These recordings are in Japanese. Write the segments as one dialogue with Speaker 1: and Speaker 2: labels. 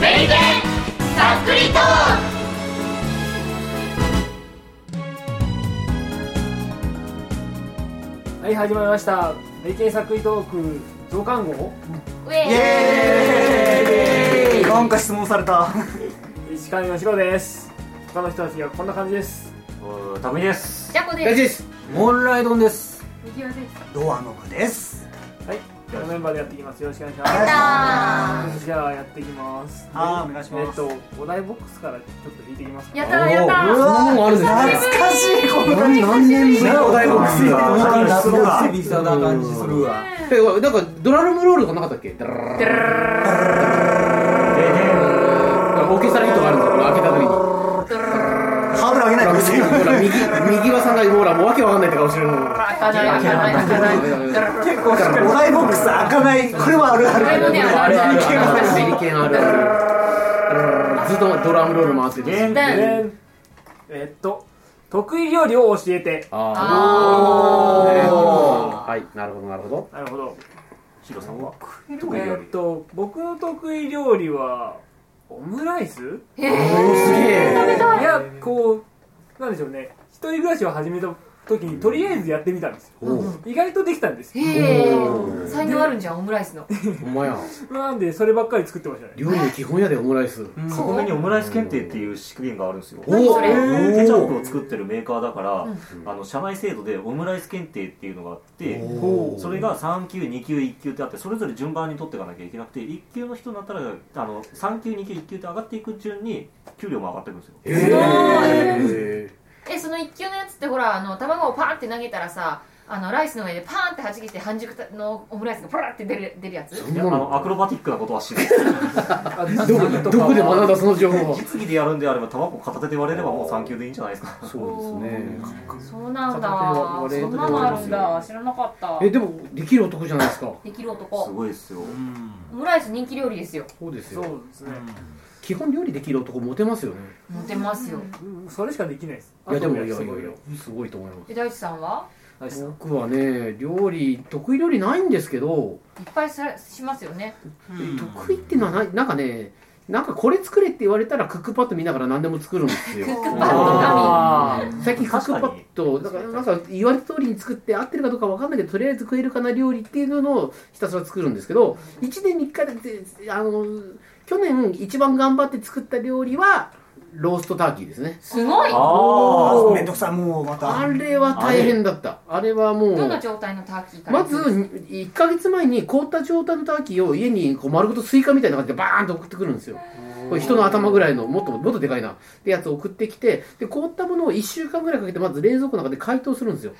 Speaker 1: メリケンさっくりトー
Speaker 2: はい始まりましたメイケン作為トーク増刊号
Speaker 1: クウェイ
Speaker 3: イエーイなんか質問された
Speaker 2: 石川義郎です他の人たちがこんな感じです
Speaker 3: たぶです
Speaker 1: じゃこです
Speaker 2: す
Speaker 4: モンライドンです
Speaker 1: 右はです
Speaker 3: ドアノブです
Speaker 2: はいこのメンバーでやっていきますよろしくお願いし
Speaker 3: やった
Speaker 2: ま
Speaker 1: ー
Speaker 2: すじゃあやっていきます
Speaker 3: はいお願いしま
Speaker 2: え
Speaker 3: す
Speaker 2: っとお題ボックスからちょっと引いていきますか
Speaker 1: やったーやった
Speaker 4: おーう
Speaker 1: ー
Speaker 4: わそんなもんあるんですね
Speaker 3: 懐かしいこの感
Speaker 4: 何
Speaker 3: じ
Speaker 4: 何年ぶり
Speaker 3: お題ボックスや
Speaker 4: 本当に
Speaker 3: すごい
Speaker 4: 懐かしいビザな感じするわえなんかドラムロールとかなかったっけダラララララオーケストラヒットがあるんだこれ開けた時に
Speaker 3: ハードル上げないこれ全
Speaker 4: ほら
Speaker 3: 部
Speaker 4: 右右はさんがほらもうわけわかんないって顔してるの
Speaker 1: 開かない開かない開かない
Speaker 3: 結構お題ボックス開かないこれはあるある
Speaker 1: あるある
Speaker 4: あるあるメリケンあるあるずっとドラムロール回ってる
Speaker 2: でえっと得意料理を教えて
Speaker 4: あー
Speaker 3: お
Speaker 4: はいなるほどなるほど
Speaker 2: なるほど
Speaker 3: ヒロさんは
Speaker 2: えっと僕の得意料理はオムライス
Speaker 4: すげえ
Speaker 2: いやこうなんでしょうね一人暮らしを始めた時にとりあえずやってみたんですよ意外とできたんですよ
Speaker 1: へー才能あるんじゃんオムライスの
Speaker 4: ほんまや
Speaker 2: なんでそればっかり作ってましたね
Speaker 4: 料理の基本やでオムライス
Speaker 5: そこにオムライス検定っていう資源があるんですよ
Speaker 4: おー
Speaker 1: それ
Speaker 5: ケチャップを作ってるメーカーだから、あの社内制度でオムライス検定っていうのがあって
Speaker 4: おー
Speaker 5: それが3級2級1級ってあってそれぞれ順番に取っていかなきゃいけなくて1級の人になったらあの3級2級1級って上がっていく順に給料も上がっていくんですよ
Speaker 4: ええ
Speaker 1: えその一級のやつってほらあの卵をパーンって投げたらさあのライスの上でパーンって弾けして半熟のオムライスがパラって出る出るやつ
Speaker 4: そん
Speaker 5: い
Speaker 4: な
Speaker 5: やあのア
Speaker 4: の
Speaker 5: クロバティックなことはしない
Speaker 2: あ
Speaker 4: どこどこで学んだその情報は
Speaker 5: 実技でやるんであれば卵片手で割れればもう3級でいいんじゃないですか
Speaker 4: そうですね
Speaker 1: そうなんだ
Speaker 2: 片手で
Speaker 1: そ
Speaker 2: 割れる
Speaker 1: んなのあるんだ知らなかった
Speaker 4: えでもできる男じゃないですか
Speaker 1: できる
Speaker 5: す
Speaker 1: 男
Speaker 5: ごいですよ
Speaker 1: オムライス人気料理ですよ
Speaker 4: そうです
Speaker 2: そう
Speaker 4: よ
Speaker 2: ですね
Speaker 4: 基本料理できる男モテますよね
Speaker 1: モテますよ
Speaker 2: うんそれしかできないです
Speaker 4: いやでもいやいや
Speaker 2: あと
Speaker 4: い
Speaker 2: の
Speaker 4: や
Speaker 2: つ
Speaker 4: すごいと思いま
Speaker 1: え大地さんは
Speaker 2: はい
Speaker 4: す僕はね料理得意料理ないんですけど
Speaker 1: いっぱいすらしますよね
Speaker 4: 得意っていうのはないなんかねなんかこれ作れって言われたらクックパッド見ながら何でも作るんですよ
Speaker 1: クックパッド
Speaker 2: あー
Speaker 4: 最近クックパッドだからなんか言われた通りに作って合ってるかどうかわかんないけどとりあえず食えるかな料理っていうのをひたすら作るんですけど1年に1回だってあの去年一番頑張って作った料理はローストターキーですね
Speaker 1: すごい
Speaker 3: あ
Speaker 2: おー
Speaker 3: ーめんどくさいもうま
Speaker 4: あ
Speaker 3: た
Speaker 4: れは大変だったあれはも
Speaker 1: どんな
Speaker 4: う
Speaker 1: 状態のターキーから
Speaker 4: まず1ヶ月前に凍った状態のターキーを家にこう丸ごとスイカみたいな感じでバーンと送ってくるんですよこれ人の頭ぐらいのもっともっとでかいなってやつを送ってきてで凍ったものを1週間ぐらいかけてまず冷蔵庫の中で解凍するんですよ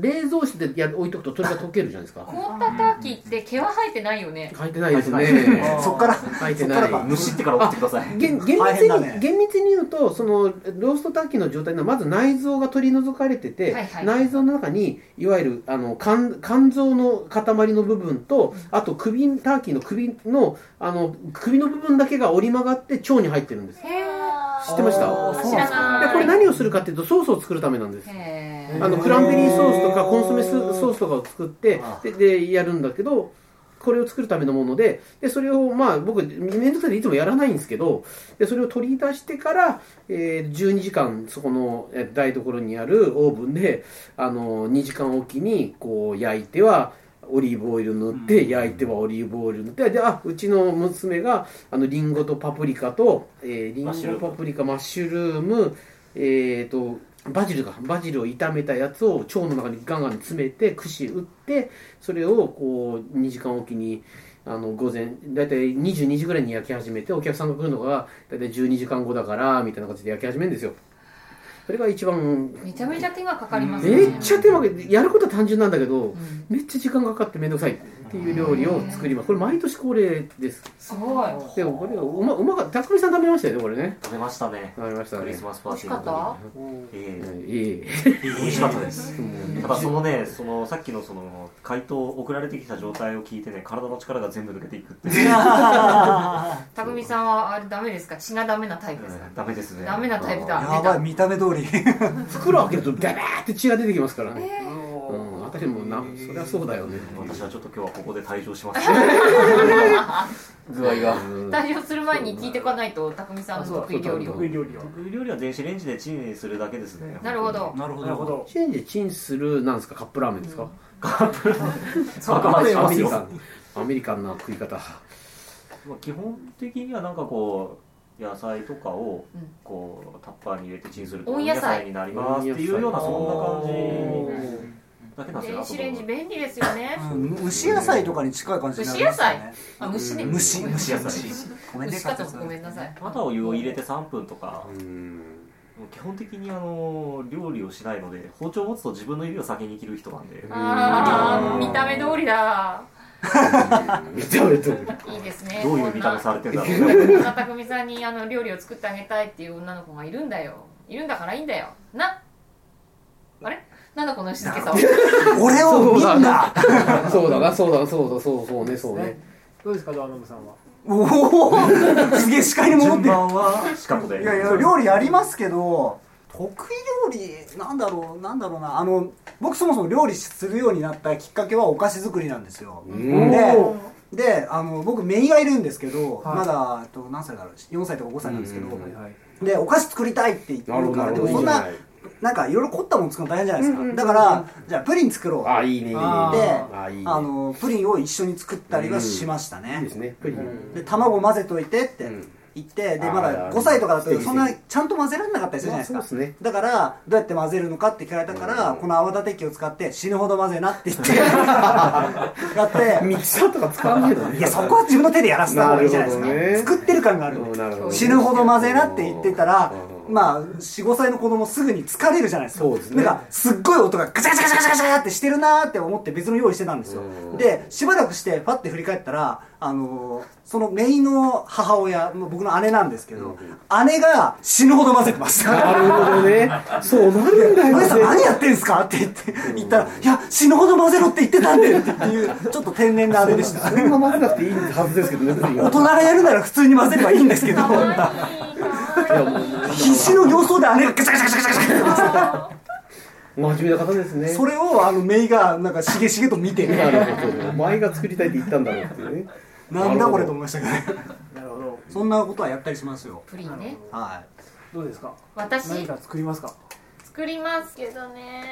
Speaker 4: 冷蔵室でや置いとくとそれが溶けるじゃないですか
Speaker 1: 凍ったターキーって毛は生えてないよね
Speaker 4: 書いてないですね
Speaker 5: 書いてない
Speaker 3: そっから
Speaker 4: 書いて
Speaker 3: そ
Speaker 4: な
Speaker 3: っから
Speaker 4: い
Speaker 3: か
Speaker 5: むしってから送ってください
Speaker 4: 厳厳密
Speaker 3: 大変だ
Speaker 4: に、
Speaker 3: ね
Speaker 4: 厳密に言うとそのローストターキーの状態のまず内臓が取り除かれてて、
Speaker 1: はいはい
Speaker 4: 内臓の中にいわゆるあの肝肝臓の塊の部分とあと首ターキーの首のあの首の部分だけが折り曲がって腸に入ってるんです
Speaker 1: へー
Speaker 4: 知ってました
Speaker 3: あーそう
Speaker 1: 知ら
Speaker 3: なんです
Speaker 1: な
Speaker 3: か
Speaker 4: で
Speaker 1: い
Speaker 4: これ何をするかっていうとソースを作るためなんです
Speaker 1: へ
Speaker 3: へ
Speaker 1: ー
Speaker 4: あのクランベリーソースとかコンソメスソースとかを作って
Speaker 3: あ
Speaker 4: ででやるんだけどこれを作るためのものででそれをまあ僕面倒くさいでいつもやらないんですけどでそれを取り出してから、えー12時間そこのえー台所にあるオーブンであの2時間おきにこう焼いてはオリーブオイル塗って焼いてはオリーブオイル塗ってであうちの娘があのリンゴとパプリカと、えーリン
Speaker 5: マッシュルー
Speaker 4: ゴ
Speaker 5: ム
Speaker 4: パプリカマッシュルームえー、とバジルかバジルを炒めたやつを腸の中にガンガン詰めて串打ってそれをこう2時間おきにあの午前大体22時ぐらいに焼き始めてお客さんが来るのが大体12時間後だからみたいな感じで焼き始めるんですよそれが一番
Speaker 1: めちゃめちゃ手がかかりますね
Speaker 4: めっちゃ手間かけやることは単純なんだけど
Speaker 1: うん
Speaker 4: めっちゃ時間がかかって面倒くさいっていう料理を作りますこれ毎年恒例です
Speaker 1: すごい
Speaker 4: でもこれがうまうまかったたくみさん食べましたよねこれね
Speaker 5: 食べましたね
Speaker 4: 食べました
Speaker 5: クリ
Speaker 4: ね
Speaker 5: スマスパ
Speaker 1: 美味
Speaker 5: ーテ
Speaker 1: し
Speaker 5: ィー
Speaker 1: か
Speaker 5: の時
Speaker 1: った
Speaker 5: ええ
Speaker 4: うんいい
Speaker 5: 美味しかった です
Speaker 4: うん
Speaker 5: ただそのねそのさっきのその回答送られてきた状態を聞いてね体の力が全部抜けていくって いう
Speaker 1: 匠さんはあれダメですか血がダメなタイプですか
Speaker 5: うんダメですね
Speaker 1: ダメなタイプだ
Speaker 3: やばい見た目通り
Speaker 4: 袋開けるとダバーって血が出てきますからね、
Speaker 1: え
Speaker 4: うん私もなそりゃそうだよね
Speaker 5: 私はちょっと今日はここで退場します
Speaker 6: 具合が。
Speaker 1: 退場する前に聞いておかないと匠さんの得意料理を
Speaker 2: 得意料理を
Speaker 5: 僕料理は電子レンジでチンするだけですね
Speaker 1: なるほど
Speaker 6: なるほ
Speaker 2: なるほ
Speaker 6: ど。
Speaker 2: ど
Speaker 4: チェンジチンするなんですかカップラーメンですか、
Speaker 5: そこま
Speaker 4: ア
Speaker 5: で
Speaker 4: メ
Speaker 5: は
Speaker 4: リカンアメリカンな食い方
Speaker 5: まあ基本的にはなんかこう野菜とかを
Speaker 1: うん
Speaker 5: こうタッパーに入れてチンすると
Speaker 1: 温野菜
Speaker 5: になりますっていうようなそんな感
Speaker 6: おー
Speaker 5: じだけなんですよ
Speaker 1: 電
Speaker 5: あ
Speaker 1: 子
Speaker 5: と
Speaker 1: レンジ便利ですよね
Speaker 3: うん蒸し野菜とかに近い感じになりますよね
Speaker 1: あ虫ね
Speaker 3: 蒸し蒸
Speaker 1: 虫
Speaker 3: し野菜ごめんね
Speaker 1: 虫かと思ったごめんなさい
Speaker 5: またお湯を入れて3分とか
Speaker 4: うん
Speaker 5: 基本的にあの料理をしないので包丁を持つと自分の指を先に切る人なんで
Speaker 1: ああ見た目通りだ
Speaker 4: 見た目と
Speaker 1: いいですね
Speaker 5: どういう見た目
Speaker 1: こ
Speaker 5: されてるんだろうね
Speaker 1: んなこんな匠さんにあの料理を作ってあげたいっていう女の子がいるんだよいるんだからいいんだよなあれなんだこのしつけさは
Speaker 3: 俺を見んな
Speaker 4: そうだなそうだなそうだそうそうねそうね
Speaker 2: どうですかドアノブさんは
Speaker 3: おおすげえ視界に戻っ
Speaker 5: 順
Speaker 3: てる
Speaker 5: 番はシカトで
Speaker 3: いやいや料理やりますけど得意料理なんだろうなんだろうなあの僕そもそも料理するようになったきっかけはお菓子作りなんですよ
Speaker 4: うん
Speaker 3: で
Speaker 2: おー
Speaker 3: であの僕姪がいるんですけど、
Speaker 2: はい
Speaker 3: まだえっと何歳だろう4歳とか5歳なんですけど、
Speaker 4: うん
Speaker 2: はいはい
Speaker 3: でお菓子作りたいって言って
Speaker 4: なるほどな
Speaker 3: から
Speaker 4: る
Speaker 3: で
Speaker 4: ほ
Speaker 3: も
Speaker 4: ど
Speaker 3: そん
Speaker 4: いい
Speaker 3: な
Speaker 4: じゃ
Speaker 3: いなんかいろいろ凝ったもの作るの大変じゃないですか、
Speaker 4: うんうんうん
Speaker 3: だからじゃあプリン作ろう
Speaker 4: あいいねいいねいいね
Speaker 2: あ
Speaker 4: あいいね
Speaker 3: あのプリンを一緒に作ったりはしました
Speaker 4: いい
Speaker 3: ね
Speaker 4: で、すねプリン
Speaker 3: で卵混ぜといてって
Speaker 4: うん
Speaker 3: 言って、で
Speaker 4: あー
Speaker 3: まだ5歳とかだ
Speaker 4: 素敵
Speaker 3: と
Speaker 4: ですね
Speaker 3: そんなちゃんと混ぜられなかったりするじゃな
Speaker 4: まあ
Speaker 3: いです
Speaker 4: そう
Speaker 3: か、
Speaker 4: ですね
Speaker 3: だからどうやって混ぜるのかって聞かれたから、
Speaker 4: うん
Speaker 3: この泡立て器を使って死ぬほど混ぜなって言ってやって
Speaker 4: ミキサーとか使わんけどね
Speaker 3: いやそこは自分の手でやらせた方がいいじゃないですか、
Speaker 4: なるほどね
Speaker 3: 作ってる感があるんで、
Speaker 4: うんなるほど
Speaker 3: 死ぬほど混ぜなって言ってたら
Speaker 4: うん
Speaker 3: まあ45歳の子供すぐに疲れるじゃないですか
Speaker 4: そうですね
Speaker 3: なんかすっごい音がガチャガチャガチャガチャガチャってしてるなーって思って別の用意してたんですよ
Speaker 4: うん
Speaker 3: でしばらくしてパッて振り返ったらあのーその姪の母親もう僕の姉なんですけど姉が死ぬほど混ぜてました
Speaker 4: なるほ どねそうなるんだ
Speaker 3: お
Speaker 4: よ
Speaker 3: 姉さん
Speaker 4: ね
Speaker 3: 何やってんすかって言って言ったら「いや死ぬほど混ぜろって言ってたんで」っていうちょっと天然な姉でした
Speaker 4: そんな混ぜなくていいはずですけどね
Speaker 3: 大人がやるなら普通に混ぜればいいんですけど
Speaker 1: かわいいかわいい
Speaker 3: 必死の形相で姉がガチャガチャガチャガチャガチャって
Speaker 4: 真面目な方ですね
Speaker 3: それをあのメイがなんかしげしげと見て
Speaker 4: な
Speaker 3: ね
Speaker 4: るほどお前が作りたいって言ったんだろうっていうね
Speaker 3: なんだこれと思いましたけどね
Speaker 2: なるほど
Speaker 3: そんなことはやったりしますよ
Speaker 1: プリンね
Speaker 3: は
Speaker 2: どうですか
Speaker 1: 私
Speaker 2: 何か作りますか
Speaker 1: 作りますけどね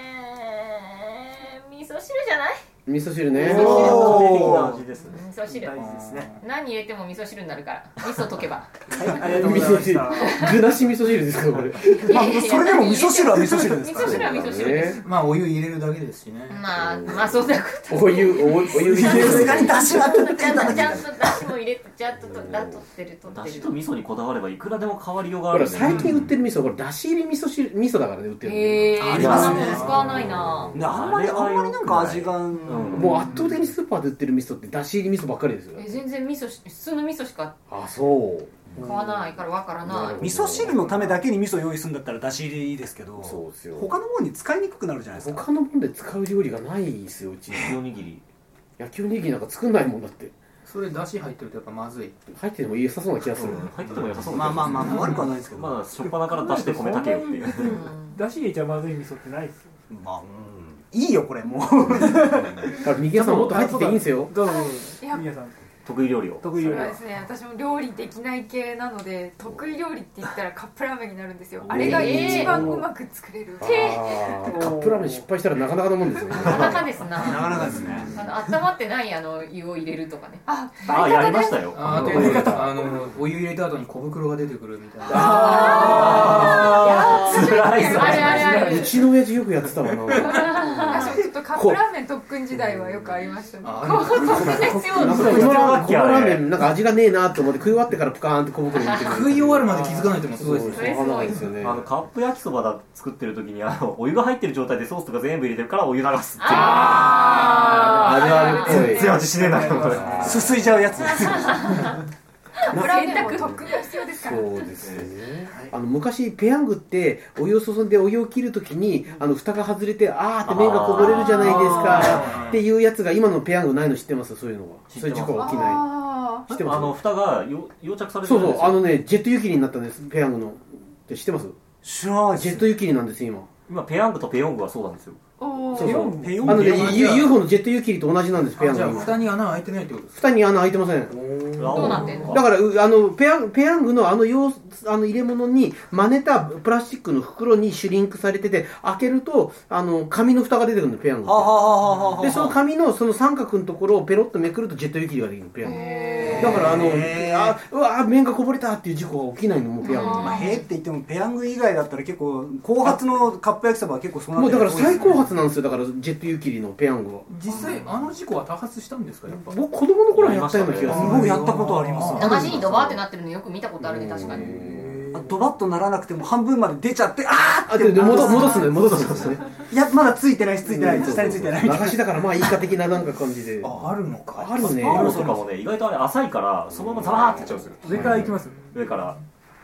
Speaker 1: 味噌汁じゃない
Speaker 4: 味噌汁ね
Speaker 3: おー
Speaker 5: 家庭的な味ですね
Speaker 1: 味噌汁
Speaker 2: 大事ですね
Speaker 1: 何入れても味噌汁になるから味噌溶けば
Speaker 2: はいありがとうございました
Speaker 4: 具なし味噌汁ですかこれ
Speaker 3: いまあ それでも味噌汁は味噌汁です
Speaker 1: 味
Speaker 3: から
Speaker 1: 噌汁は味噌汁です
Speaker 4: ね
Speaker 6: まあお湯入れるだけですしね。
Speaker 1: まあまあそんなこと
Speaker 4: お湯おお湯入れ
Speaker 3: さす
Speaker 4: る
Speaker 3: がに出汁は取っ
Speaker 1: ち
Speaker 3: て
Speaker 1: ゃ
Speaker 3: い
Speaker 1: ん
Speaker 3: た
Speaker 1: と
Speaker 3: だ
Speaker 1: ちゃ
Speaker 3: け
Speaker 1: んとだしも入れてちゃんととだとってるとっ
Speaker 5: だ
Speaker 1: て
Speaker 5: し
Speaker 1: る
Speaker 5: と味噌にこだわればいくらでも変わりようがあ
Speaker 4: ほ
Speaker 5: る
Speaker 4: ら
Speaker 5: んで
Speaker 4: 最近売ってる味噌これだし入り味噌汁味噌だからね売ってるの
Speaker 1: へえ
Speaker 3: あ
Speaker 1: ー、
Speaker 3: り
Speaker 1: そん
Speaker 3: ます
Speaker 1: な
Speaker 3: ね
Speaker 1: もの使わないな
Speaker 3: であんまりあんまりなんか味が
Speaker 5: ん
Speaker 4: もう圧倒的にスーパーで売ってる味噌ってだし入り味噌ばっかりですよ
Speaker 1: え全然味噌し普通の味噌しか
Speaker 4: あそう
Speaker 1: 買わないからわから
Speaker 4: な
Speaker 1: な
Speaker 4: る
Speaker 1: い
Speaker 4: ほど
Speaker 3: 味噌汁のためだけに味噌用意するんだったら出汁入れいいですけど
Speaker 4: そうですよ
Speaker 3: 他のものに使いにくくなるじゃないですか
Speaker 4: 他のもんで使う料理がないですようち
Speaker 5: おにぎり
Speaker 4: 焼きおにぎりなんか作んないもんだって
Speaker 6: それ出汁入ってるとやっぱまずい。
Speaker 4: 入ってても良さそうな気がする、
Speaker 5: 入ってても良さそう
Speaker 3: まあまあまあ
Speaker 5: あ
Speaker 3: 悪くはないですけどま
Speaker 5: まあ初っ端から出して米炊けよってい
Speaker 1: う
Speaker 5: う
Speaker 1: ん
Speaker 2: 出汁入れちゃまずい味噌ってないですよ
Speaker 3: あいいよこれもう
Speaker 4: だから右側さんもっと入ってていいんですよ
Speaker 2: どうぞどうぞ
Speaker 7: いや
Speaker 2: 皆さん
Speaker 5: 得意料理を
Speaker 2: 得意料理
Speaker 7: そう
Speaker 2: は
Speaker 7: ですね私も料理できない系なので得意料理って言ったらカップラーメンになるんですよあれが一番うまく作れる、
Speaker 4: あーカップラーメン失敗したらなかなかなもんですよね
Speaker 1: なかなかですな
Speaker 3: なかなかですね
Speaker 1: あの温まってないあの湯を入れるとかね
Speaker 7: あ
Speaker 5: あ
Speaker 7: バイ
Speaker 5: や
Speaker 7: 方
Speaker 5: りま
Speaker 7: で
Speaker 5: し
Speaker 7: す
Speaker 5: たよ
Speaker 6: あ
Speaker 4: ー
Speaker 6: あ、あの、お湯入れた後に小袋が出てくるみたいな。
Speaker 5: つらい
Speaker 1: あるあるあ
Speaker 4: う
Speaker 1: る
Speaker 4: ちの親父よくやってたわな
Speaker 7: 私もちょっとカップラーメン特訓時代はよくありましたね
Speaker 6: あ
Speaker 7: こう特訓です
Speaker 4: な
Speaker 7: よ
Speaker 4: んかこのラーこのラーメ
Speaker 5: あ
Speaker 4: ンなんか味がねえなと思って食い終わってからプカーンって小袋に入れてくる
Speaker 6: 食い終わるまで気づかないってもすごいです
Speaker 4: そ
Speaker 6: ね。
Speaker 4: うしょうがないですよね
Speaker 5: あのカップ焼きそばだ作ってる時にあのお湯が入ってる状態でソースとか全部入れてるからお湯流すっていう
Speaker 1: あ
Speaker 4: あるあるっぽい
Speaker 5: 全然味しねえなと思って
Speaker 3: すすいちゃうやつです
Speaker 7: カップラーメンも特訓が必要ですから
Speaker 4: そうですね、あの昔ペヤングってお湯を注いでお湯を切るときにあの蓋が外れてあーって麺がこぼれるじゃないですかっていうやつが今のペヤングないの知ってますそういうのは
Speaker 5: 知っ
Speaker 4: そ
Speaker 5: てます
Speaker 4: ういう事故が起きない
Speaker 7: あ
Speaker 4: 知って
Speaker 5: あ
Speaker 4: ま
Speaker 5: の蓋がよ溶着され
Speaker 4: す
Speaker 5: て
Speaker 4: そ
Speaker 5: る
Speaker 4: うんそう
Speaker 5: ですよ
Speaker 4: あのねジェット湯切りになったんですペヤングのって知ってます
Speaker 3: 知らない
Speaker 4: ジェ
Speaker 3: で
Speaker 4: ット
Speaker 3: す
Speaker 4: 湯切りなんですよ今
Speaker 5: 今ペヤングとペヨングはそうなんですよ
Speaker 4: あ
Speaker 7: お
Speaker 4: そう
Speaker 7: ー
Speaker 4: そう
Speaker 3: ペヨン
Speaker 4: あのね、
Speaker 6: ペヨン
Speaker 4: U- UFO のジェット湯切りと同じなんです、ペヤン
Speaker 6: じ
Speaker 4: グ
Speaker 6: ゃあ
Speaker 4: 今。
Speaker 6: 蓋に穴開いてないってことですか
Speaker 4: 蓋に穴開いてません。
Speaker 1: どうなってんの
Speaker 4: だからうあのペヤンペヤングのあの様子あの入れ物に真似たプラスチックの袋にシュリンクされてて開けるとあの紙の蓋が出てくるのペヤング
Speaker 3: はあは
Speaker 4: って
Speaker 3: あはあはあはあ
Speaker 4: でその紙のその三角のところをペロッとめくるとジェット湯切りができるペヤング
Speaker 7: へ
Speaker 4: だからあの
Speaker 6: へー
Speaker 4: あうわ麺がこぼれたっていう事故が起きないのもペヤング
Speaker 7: あー
Speaker 3: まあ、へーって言ってもペヤング以外だったら結構後発のカップ焼きそばは結構そうな
Speaker 4: も
Speaker 3: っ
Speaker 4: う
Speaker 3: て
Speaker 4: だ
Speaker 3: る
Speaker 4: から最高発なんですよだからジェット湯切りのペヤングは
Speaker 6: 実際あの事故は多発したんですかやっぱ
Speaker 4: 僕子供の頃はやったような気がする
Speaker 3: 僕やったことあります
Speaker 1: 駄菓子にドバーってなってるのよく見たことあるね確かに
Speaker 3: あドバッとならなくても半分まで出ちゃってあー
Speaker 4: あ
Speaker 3: って
Speaker 4: でで戻戻すね戻すんですね
Speaker 3: いやまだついてないしついてない下についてない
Speaker 4: 流しだからまあいいか的ななんか感じで
Speaker 6: ああるのか
Speaker 4: あるね
Speaker 5: パオとかもね意外とあれ浅いからそのままザラーっていっちゃうんですよ
Speaker 2: 上から行きます
Speaker 5: 上から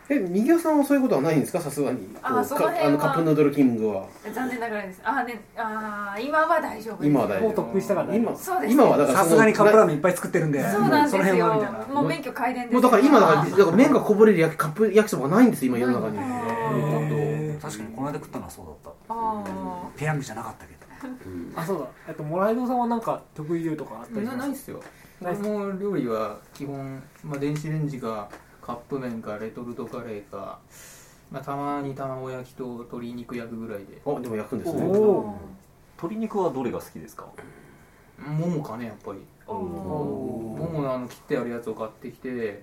Speaker 4: え、右輪さんはそういうことはないんですか、さすがに。
Speaker 7: あ
Speaker 4: こう
Speaker 7: その辺は
Speaker 4: かあのカップヌードルキングは。
Speaker 7: 残念ながらですあーねあー今は大丈夫です
Speaker 4: 今は大丈
Speaker 2: もう
Speaker 4: 夫。
Speaker 2: 特訓したからね
Speaker 4: 今、
Speaker 7: そうですね
Speaker 4: 今はだから
Speaker 3: さ
Speaker 4: その
Speaker 3: すがにカップラー
Speaker 4: な
Speaker 3: メンいっぱい作ってるんで
Speaker 7: そうなんです
Speaker 3: その辺はみたい
Speaker 7: よ
Speaker 3: な
Speaker 7: もう免許改伝です
Speaker 4: もうだから今だから、
Speaker 7: あ
Speaker 4: だから麺がこぼれる焼きカップ焼きそばがないんです、今世の中に。
Speaker 3: へー確かにこの間食ったのはそうだっ
Speaker 7: あ
Speaker 3: たペヤングじゃなかったけど
Speaker 2: あそうだえっともらいどさんはなんか得意料理とかあったりし
Speaker 6: な
Speaker 2: ま
Speaker 6: ないっ
Speaker 2: す
Speaker 6: すよ俺も料理は基本、まあ、電子レンジかカップ麺かレトルトカレーか、まあ、たまに卵焼きと鶏肉焼くぐらいで
Speaker 4: あ、でも焼くんですね。
Speaker 2: お
Speaker 7: ー
Speaker 2: ー
Speaker 5: 鶏肉はどれが好きですか
Speaker 6: ももかねやっぱり
Speaker 7: お
Speaker 6: もものあの切ってあるやつを買ってきて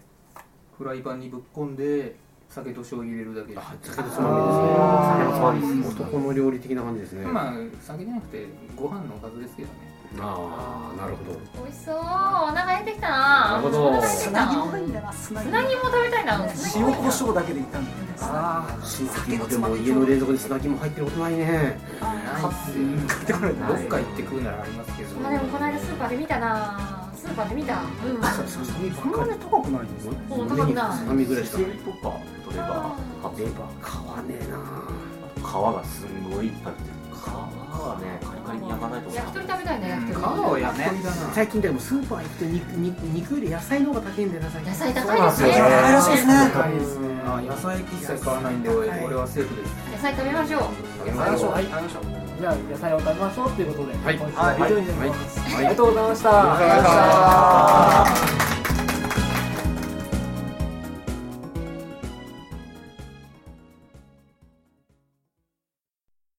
Speaker 6: フライパンにぶっ込んで酒と醤油入れるだけ
Speaker 4: あ、酒のつま
Speaker 5: 酒のつまみ
Speaker 4: みで
Speaker 5: です
Speaker 4: ね。男の料理的な感じですね。
Speaker 6: まあ酒じゃなくてご飯のおかずですけどね
Speaker 4: あー、なるほど。
Speaker 1: 美味しそうお腹減ってきたな
Speaker 4: なるほど
Speaker 1: お腹減って
Speaker 3: つ
Speaker 1: き
Speaker 3: な
Speaker 1: た
Speaker 3: ぎ
Speaker 1: な
Speaker 3: もいいんだなつな
Speaker 1: つ
Speaker 3: ぎ
Speaker 1: なぎも食べたいな
Speaker 3: 塩コショウだけでいたんだよね
Speaker 2: あ
Speaker 4: 新酒もでも家の冷蔵庫に砂肝も入ってることないね。
Speaker 6: ないっすよ
Speaker 3: 買ってこられた
Speaker 6: どっか行って食うならありますけど
Speaker 1: まあでもこの間スーパーで見たなスーパーで見たうん
Speaker 4: ささみば
Speaker 3: そんなに高くないんですよ
Speaker 1: もう高くない
Speaker 4: ささみぐらいしか
Speaker 5: シ
Speaker 4: ない
Speaker 5: セリ。とか取れば買って
Speaker 4: レバー買わねえな
Speaker 5: 皮がすんごいいっぱい出てる皮はねカリカリに焼かないと
Speaker 1: 焼き鳥食べたいね焼き鳥
Speaker 6: 皮をやっとりだな
Speaker 4: 最近でもスーパー行くと肉肉肉より野菜の方が高いんだよな最近
Speaker 1: 野菜高いですね
Speaker 3: そうなんですよ
Speaker 1: ね
Speaker 2: 高いですね
Speaker 6: あ野菜一切買わないんで俺俺はセーフです
Speaker 1: 野菜食べましょう
Speaker 4: 食べま
Speaker 2: しょう
Speaker 3: はい食べましょう
Speaker 2: じゃあ野菜を食べましょうということで、
Speaker 4: はい
Speaker 2: 今週
Speaker 3: は
Speaker 2: はい以上になります、ありがとうございました、
Speaker 4: ありがとうございました
Speaker 3: あー